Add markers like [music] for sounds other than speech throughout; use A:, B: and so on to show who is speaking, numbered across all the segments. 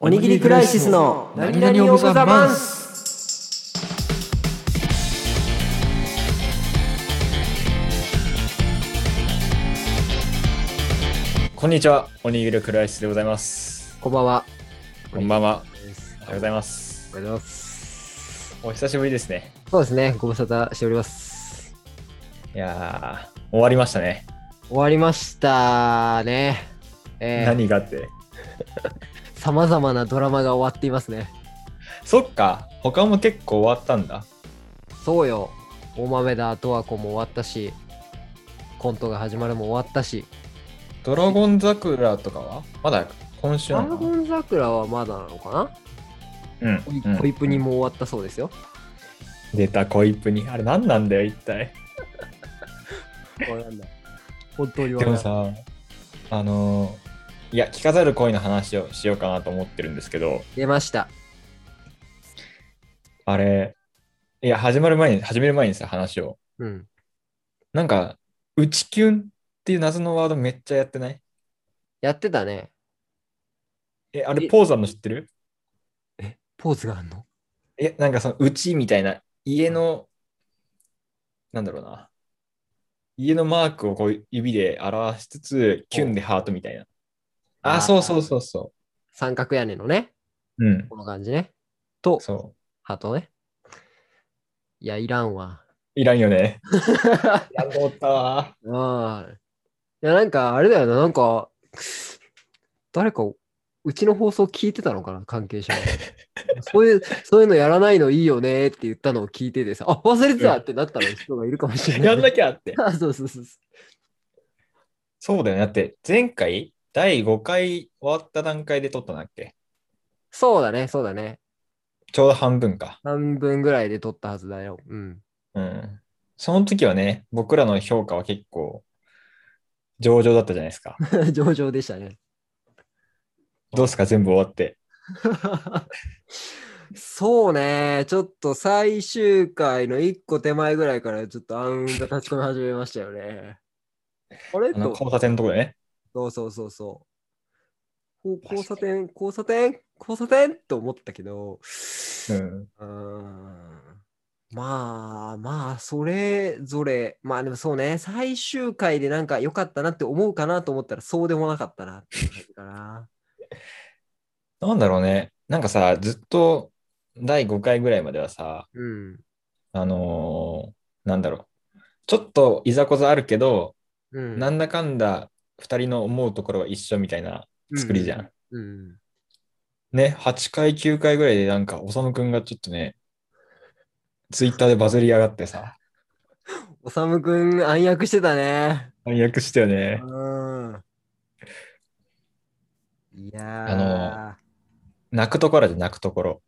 A: おにぎりクライシスの何々オブザマンス
B: こんにちは、おにぎりクライシスでございます。
A: こんばんは。
B: こんばんは、
A: おはよ
B: おはようございます。
A: うございます。
B: お久しぶりですね。
A: そうですね、ご無沙汰しております。
B: いやー、終わりましたね。
A: 終わりましたね。えー、
B: 何があって。
A: さまざまなドラマが終わっていますね。
B: そっか、他も結構終わったんだ。
A: そうよ。大豆だ、とわこも終わったし、コントが始まるも終わったし、
B: ドラゴン桜とかはまだ今週
A: ド
B: な
A: ラ
B: の
A: ゴン桜はまだなのか
B: うん
A: な、
B: うん
A: コイプにも終わったそうですよ。
B: 出た恋プに。あれ何なんだよ、一体。
A: わかんない。本当にわ
B: で
A: かん
B: も
A: ない。
B: さ、あのー、いや、聞かざる恋の話をしようかなと思ってるんですけど、
A: 出ました。
B: あれ、いや、始まる前に、始める前にさ、話を。
A: うん。
B: なんか、うちきゅんっていう謎のワードめっちゃやってない
A: やってたね。
B: え、あれ
A: え
B: ポーズあるの知ってる
A: ポーズがあんの
B: え、なんかそのうちみたいな家の、なんだろうな。家のマークをこう指で表しつつ、キュンでハートみたいな。
A: あー
B: あ、そうそうそうそ
A: 三角屋根のね、
B: う。うん。
A: この感じね。と、
B: そ
A: ハートね。いや、いらんわ。
B: う。いらんよね。
A: あ
B: いらんと思ったわ。
A: あ。いや、なんか、あれだよな、なんか、誰か、うちの放送聞いてたのかな、関係者がそういう、そういうのやらないのいいよねって言ったのを聞いててさ、あ、忘れてたってなったの人がいるかもしれない。
B: [laughs] やんなきゃって。
A: [laughs] あそうそうそうそ
B: そうだよね。だって、前回、第5回終わった段階で撮ったんだっけ
A: う。そうだね、そうだね。
B: ちょうど半分か。
A: 半分ぐらいで撮ったはずだよ。うん。 [laughs]
B: うん。その時はね、僕らの評価は結構、上々だったじゃないで
A: [laughs]
B: すか。
A: 上々でしたね。
B: どうすか、全部終わって。
A: そうね、ちょっと最終回の一個手前ぐらいからちょっと暗雲が立ち込み始めましたよね。あれ
B: あの
A: と、
B: 交差点のところでね。
A: そうそうそうそう。こう交差点、交差点、交差点と思ったけど、
B: うん。
A: うーんまあまあ、それぞれ、まあでもそうね、最終回でなんか良かったなって思うかなと思ったら、そうでもなかったなっていう感じかな。
B: なんだろうね。なんかさ、ずっと第5回ぐらいまではさ、
A: うん。
B: あのーなんだろう。ちょっといざこざあるけど、
A: うん、
B: なんだかんだ2人の思うところは一緒みたいな作りじゃん。
A: うん。うん
B: ね、8回、9回ぐらいでなんか、おさむくんがちょっとね、ツイッターでバズりやがってさ、
A: おさむくん暗躍してたね。
B: 暗躍したよね。
A: うん。いやー
B: あの泣くところで泣くところ。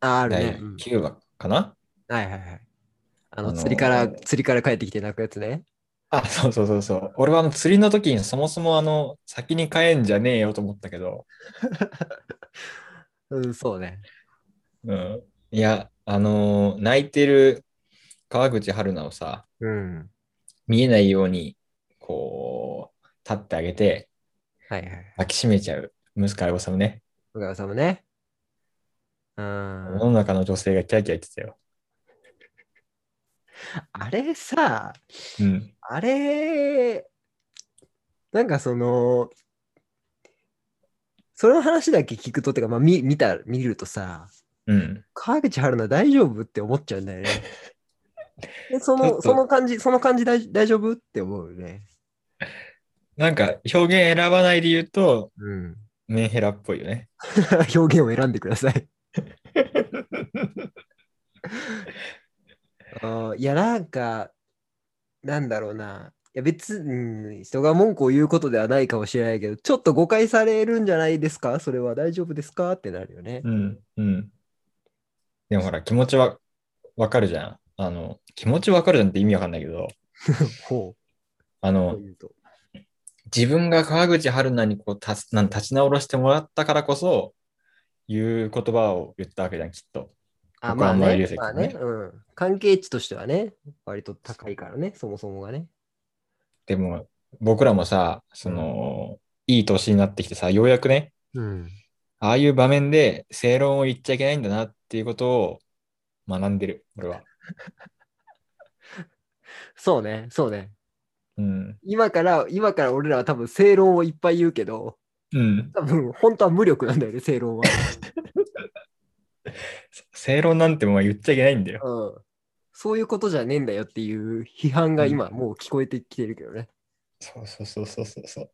A: あある
B: 第
A: ね、うん
B: 9話かな、
A: はいはいはい。あの、
B: あのー
A: 釣りから、釣りから帰ってきて泣くやつね。
B: あ、そうそうそうそう。俺はあの釣りの時にそもそもあの、先に帰んじゃねえよと思ったけど、
A: うん、そうね。
B: うん。いや、あのー泣いてる川口春奈をさ、
A: うん。
B: 見えないように、こう、立ってあげて、
A: はいはい。
B: 抱きしめちゃう、息子相葉さんね。
A: お母さんもね。う
B: 世
A: ん。
B: の中の女性がキャーキャー言ってたよ。
A: あれさ、
B: うん。
A: あれ、なんかその、その話だけ聞くとってか、まあ、見見た、見るとさ、
B: うん。
A: 川口春奈大丈夫って思っちゃうんだよ [laughs] ね。でそ
B: ちょっ
A: の
B: と
A: その感じ、その感じ大大丈夫って思うよね。
B: なんか、表現選ばないで言うと、
A: うん、 [laughs]
B: メンヘラっぽいよね。
A: 表現を選んでくださ [laughs] い。あーいや、なんか、なんだろうな。いや別に、うん人が文句を言うことではないかもしれないけど、ちょっと誤解されるんじゃないですかそれは大丈夫ですかってなるよね。
B: うん。うん。でもほら、気持ちはわかるじゃん。あの、気持ちわかるじゃんって意味わかんないけど、
A: ほ
B: あ
A: う。こ
B: の
A: う、言うと。
B: 自分が川口春奈にこう立つなん立ち直らせてもらったからこそ、言う言葉を言ったわけじゃん、きっと。
A: あ、
B: 僕
A: ま
B: は
A: あ
B: あんまり
A: ね
B: 流。石
A: まあ
B: だね
A: ね、うん。関係値としてはね、割と高いからね、そもそもがね。
B: でも、僕らもさ、その、いい年になってきてさ、ようやくね、
A: うん。
B: ああいう場面で正論を言っちゃいけないんだなっていうことを学んでる、俺は。
A: そうね、そうね。
B: うん。
A: 今から、今から俺らは多分正論をいっぱい言うけど、
B: うん。
A: 多分本当は無力なんだよね、正
B: [laughs]
A: 論は。
B: 正論なんてもう言っちゃいけないんだよ。
A: うん。そういうことじゃねえんだよっていう批判が今もう聞こえてきてるけどね。
B: そうそうそうそうそうそう。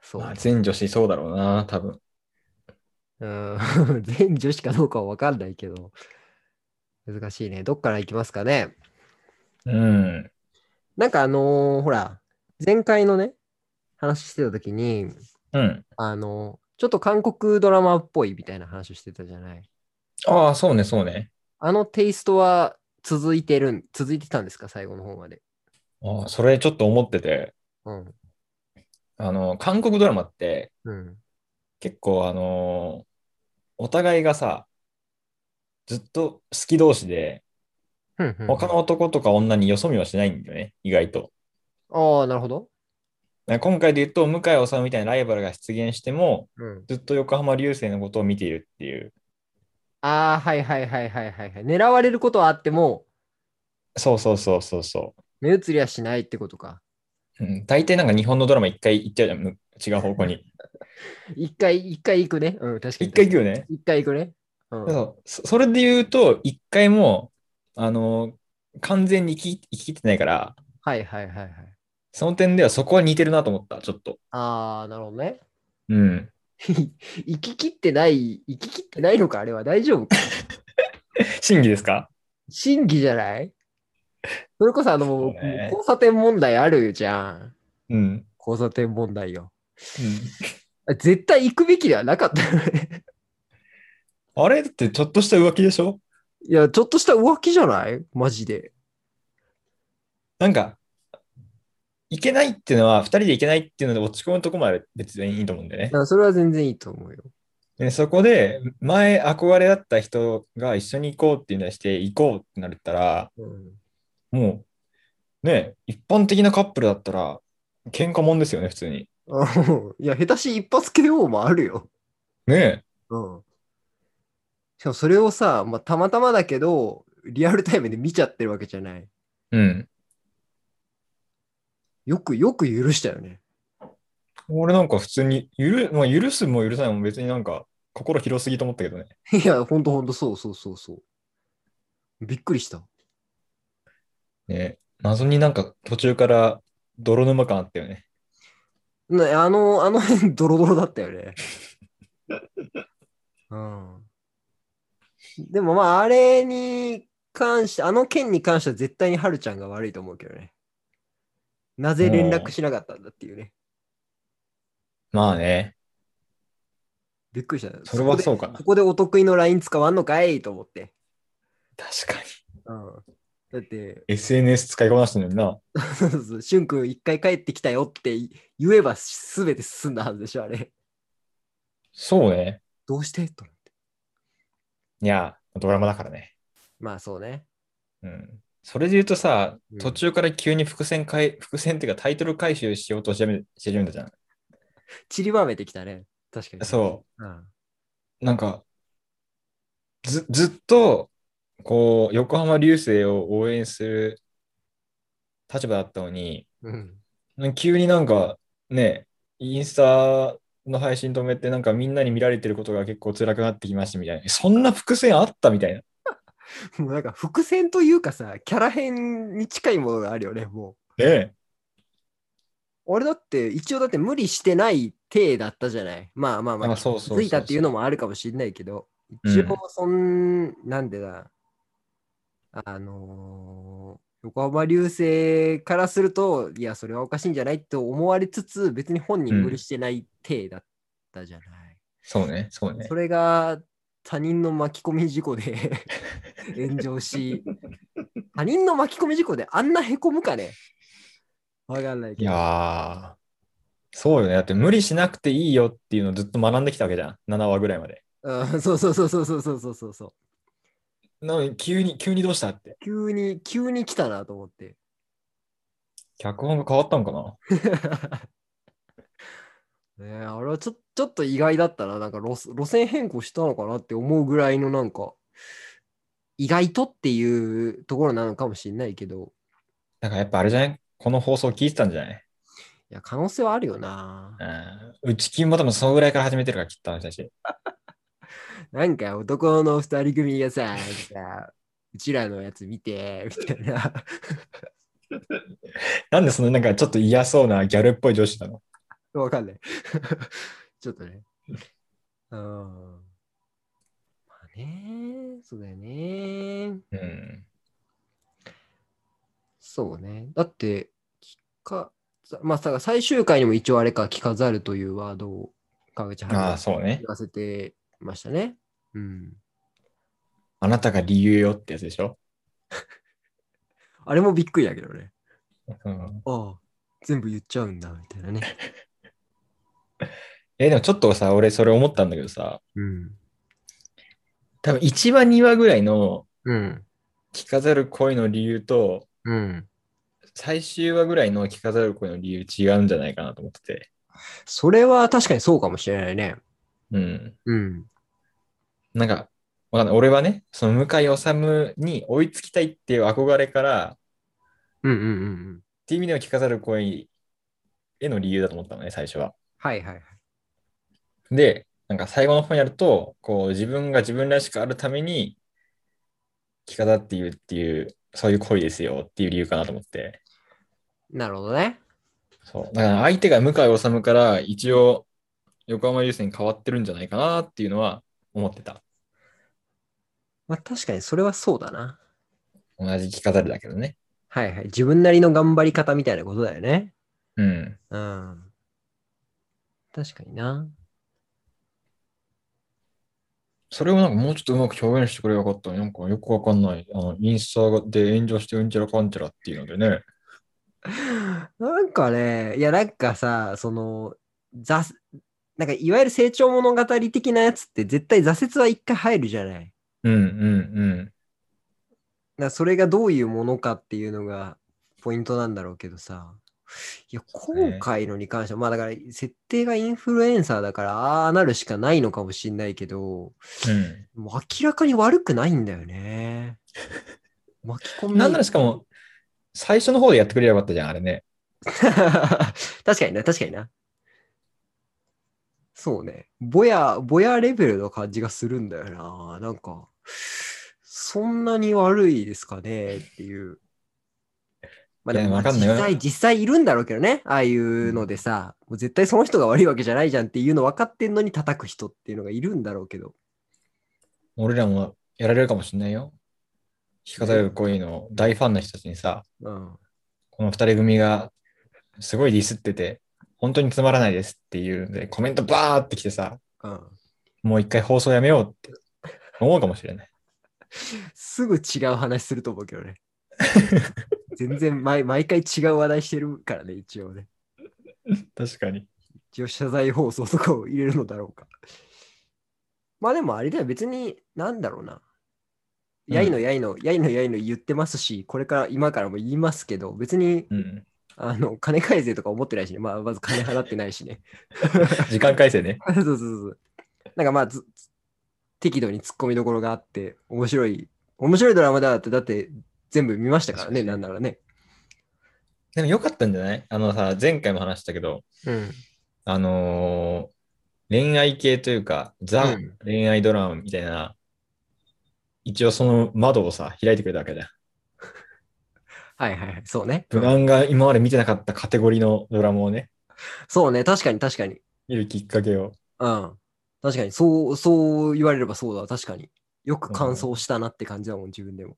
A: そう。
B: まあ全女子そうだろうな、多分。
A: うん、 [laughs] 全女子かどうかは分かんないけど、難しいね。どっから行きますかね。
B: うん。
A: なんかあのーほら、前回のね、話してた時に、
B: うん。
A: あのーちょっと韓国ドラマっぽいみたいな話をしてたじゃない。
B: ああ、そうね、そうね。
A: あのテイストは続いてるん、続いてたんですか、最後の方まで。
B: ああ、それちょっと思ってて、
A: うん。
B: あの、韓国ドラマって
A: うん。
B: 結構あのお互いがさ、ずっと好き同士で、
A: ふんふん
B: 他の男とか女によそ見はしないんだよね、意外と。
A: ああ、なるほど。
B: だから今回で言うと、向井治みたいなライバルが出現しても、
A: うん。
B: ずっと横浜流星のことを見ているっていう。
A: ああ、はいはいはいはいはいはい。狙われることはあっても、
B: そうそうそうそうそ
A: 目移りはしないってことか。
B: う。うん、大体なんか日本のドラマ一回行っちゃうじゃんむ、違う方向に。
A: 一回、一回行くね。うん、確かに。
B: 一回行くよね。
A: 一回行くね。うん。
B: そうそそれで言うと、一回も、あの完全に生き生き切ってないから、
A: はいはいはいはい。
B: その点ではそこは似てるなと思った、ちょっと。
A: ああ、なるほどね。 [laughs]
B: うん。
A: 行き切ってない、行き切ってないのか、あれは大丈夫か。
B: 真偽ですか
A: 真偽じゃないそれこそあの、
B: そうね
A: 交差点問題あるじゃん。
B: うん。
A: 交差点問題よ。絶対行くべきではなかったよね。 [laughs]
B: うん、あれってちょっとした浮気でしょ
A: いや、ちょっとした浮気じゃないマジで。
B: なんか、いけないっていうのは、二人でいけないっていうので落ち込むとこまで別にいいと思うんだよね
A: だか。らそれは全然いいと思うよ。
B: でそこで、前憧れだった人が一緒に行こうっていうのにして、行こうってなったら、
A: うん、 [laughs]
B: もう、ね、一般的なカップルだったら、喧嘩もんですよね、普通に。
A: あのいや、下手し一発 KO もあるよ。
B: ね
A: うん。しかもそれをさ、まあ、たまたまだけど、リアルタイムで見ちゃってるわけじゃない。
B: え。うん。
A: よくよく許したよね。
B: 俺なんか普通に、許,、まあ、許すも許さないも別になんか、心広すぎと思ったけどね。
A: いや、ほんとほんと、そうそうそうそう。びっくりした。
B: ね謎になんか途中から泥沼感あったよね。
A: なあの、あの辺、ドロドロだったよ
B: [laughs]
A: ね。うん。でもまあ、あれに関して、あの件に関しては絶対にはるちゃんが悪いと思うけどね。なぜ連絡しなかったんだっていうね。
B: まあね。
A: びっくりした。
B: それはそううかな
A: こ。こでお得意の LINE 使わんのかいと思って。
B: 確かに。
A: うん。だって、 [laughs]
B: SNS 使いこなしてるのにな。
A: そうそうそう、しゅんくん一回帰ってきたよって言えば全て進んだはずでしょ、あれ。
B: そうね。
A: どうしてと思って。
B: いや、ドラマだからね。
A: まあそうね。
B: うん。それで言うとさ
A: うん、
B: 途中から急に伏線回、伏線っていうかタイトル回収しようとしてるしてるんだじゃん。
A: 散りばめてきたね。確かに。
B: そ
A: うん。
B: う。なんか、ず、ずっと、こう、横浜流星を応援する立場だったのに、
A: うん。
B: 急になんか、ね、インスタの配信止めて、なんかみんなに見られてることが結構辛くなってきましたみたいな。そんな伏線あったみたいな。
A: もうなんか伏線というかさ、キャラ編に近いものがあるよね、もう。
B: ね
A: 俺だって、一応だって無理してない体だったじゃない。まあまあま
B: あ
A: あ、
B: そうそうそうそう
A: 気づいたっていうのもあるかもしれないけど、一応そん、なんでだ、あのー横浜流星からすると、いや、それはおかしいんじゃないと思われつつ、別に本人無理してない体だったじゃない。
B: そうね、そうね
A: そ。れが他人の巻き込み事故で [laughs] 炎上し、他人の巻き込み事故であんなへこむかねわかんない
B: い
A: けど。
B: やー、そうよね。だって無理しなくていいよっていうのをずっと学んできたわけじゃん。7話ぐらいまで。
A: うん、そうそうそうそうそうそうそうそうそう。
B: なのに急に、急にどうしたって。
A: 急に、急に来たなと思って。 [laughs]
B: 脚本が変わったのかな
A: ねえあれはちょちょっと意外だったな。なんか路路線変更したのかなって思うぐらいのなんか、意外とっていうところなのかもしれないけど、
B: なんかやっぱあれじゃないこの放送聞いてたんじゃない
A: いや、可能性はあるよな。
B: うん。うち金も多分そのぐらいから始めてるから、きっとあの人たち。
A: なんか男の二人組がさ、なんかうちらのやつ見て、みたいな。 [laughs]
B: なんでそのなんかちょっと嫌そうなギャルっぽい女子なの
A: わかんない。 [laughs] ちょっとね。うん。まあね、そうだよね。
B: うん。
A: そうね。だって、聞かざ、まあさ、最終回にも一応あれか、聞かざるというワードを川口春
B: ああ、
A: 奈
B: そうね
A: 言。わせてましたね。うん。
B: あなたが理由よってやつでしょ、
A: あれもびっくりだけどね。
B: うん、
A: ああ、全部言っちゃうんだ、みたいなね。
B: え、でもちょっとさ、俺それ思ったんだけどさ、
A: うん。
B: 多分1話2話ぐらいの
A: うん。
B: 聞かざる恋の理由と、
A: うん。
B: 最終話ぐらいの聞かざる恋の理由違うんじゃないかなと思ってて。
A: それは確かにそうかもしれないね。
B: うん。
A: うん。
B: なんか、わかんない。俺はね、その向井治に追いつきたいっていう憧れから、っ
A: うんうんうんうん。
B: ていう意味では聞かざる恋への理由だと思ったのね、最初は。
A: はいはいはい。
B: で、なんか最後の方にやると、こう自分が自分らしくあるために、着飾っていうっていう、そういう恋ですよっていう理由かなと思って。
A: なるほどね。
B: そう。だから相手が向井治から一応、横浜流星に変わってるんじゃないかなっていうのは思ってた。
A: まあ確かにそれはそうだな。
B: 同じ着飾るだけどね。
A: はいはい。自分なりの頑張り方みたいなことだよね。
B: うん。
A: うん。確かにな。
B: それをなんかもうちょっとうまく表現してくれよかったのになんかよくわかんない。あの、インスタで炎上してうんちゃらかんちゃらっていうのでね。
A: なんかね、いやなんかさ、その、挫なんかいわゆる成長物語的なやつって絶対挫折は一回入るじゃない。だか
B: うんうん
A: らそれがどういうものかっていうのがポイントなんだろうけどさ。いや、今回のに関しては、まあだから設定がインフルエンサーだから、ああなるしかないのかもしんないけど、
B: うん。
A: もう明らかに悪くないんだよね。
B: [laughs]
A: 巻き込
B: う
A: み。
B: ん。なんならしかも、最初の方でやってくれればよかったじゃん、あれね。
A: [laughs] 確かにな、確かにな。そうね。ぼや、ぼやレベルの感じがするんだよな。なんか、そんなに悪いですかねっていう。まあで
B: いや
A: も、
B: わかんない
A: 実際、実際いるんだろうけどね。ああいうのでさ、もう絶対その人が悪いわけじゃないじゃんっていうの分かってんのに叩く人っていうのがいるんだろうけど。
B: 俺らもやられるかもしれないよ。引き方よこういうの大ファンの人たちにさ、
A: うん。
B: この二人組がすごいディスってて、本当につまらないですっていうんで、コメントバーってきてさ、
A: うん。
B: もう一回放送やめようって思うかもしれない。
A: すぐ違う話すると思うけど
B: [laughs]
A: ね。全然毎、毎回違う話題してるからね、一応ね。
B: 確かに。
A: 一応謝罪放送とかを入れるのだろうか。まあでもあれだよ、別に、なんだろうな。
B: うん
A: やいのやいの、やいのやいの言ってますし、これから、今からも言いますけど、別に、
B: うん。
A: あの、金返せとか思ってないしね。まあ、まず金払ってないしね。 [laughs]
B: 時間改正ね。
A: そうそうそうそう。なんかまあ、ず適度に突っ込みどころがあって、面白い、面白いドラマだって、だって全部見ましたからね、
B: 確か
A: なん
B: に
A: ならね。
B: でもよかったんじゃないあのさ、前回も話したけど、
A: うん。
B: あのー恋愛系というか、
A: う
B: ザ
A: ん
B: 恋愛ドラマみたいな、一応その窓をさ、開いてくれたわけじゃん。
A: はいはいはい、そうね。
B: ブランが今まで見てなかったカテゴリーのドラマをね、
A: そうね、確かに確かに。
B: 見るきっかけを。
A: うん。確かに、そう、そう言われればそうだ、確かに。よく感想したなって感じだもん、自分でも。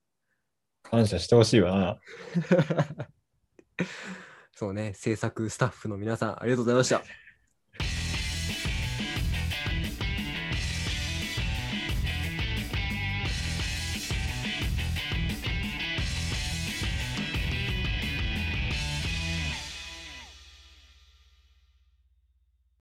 B: 感謝してほしいわ
A: そうね、制作スタッフの皆さん、ありがとうございました。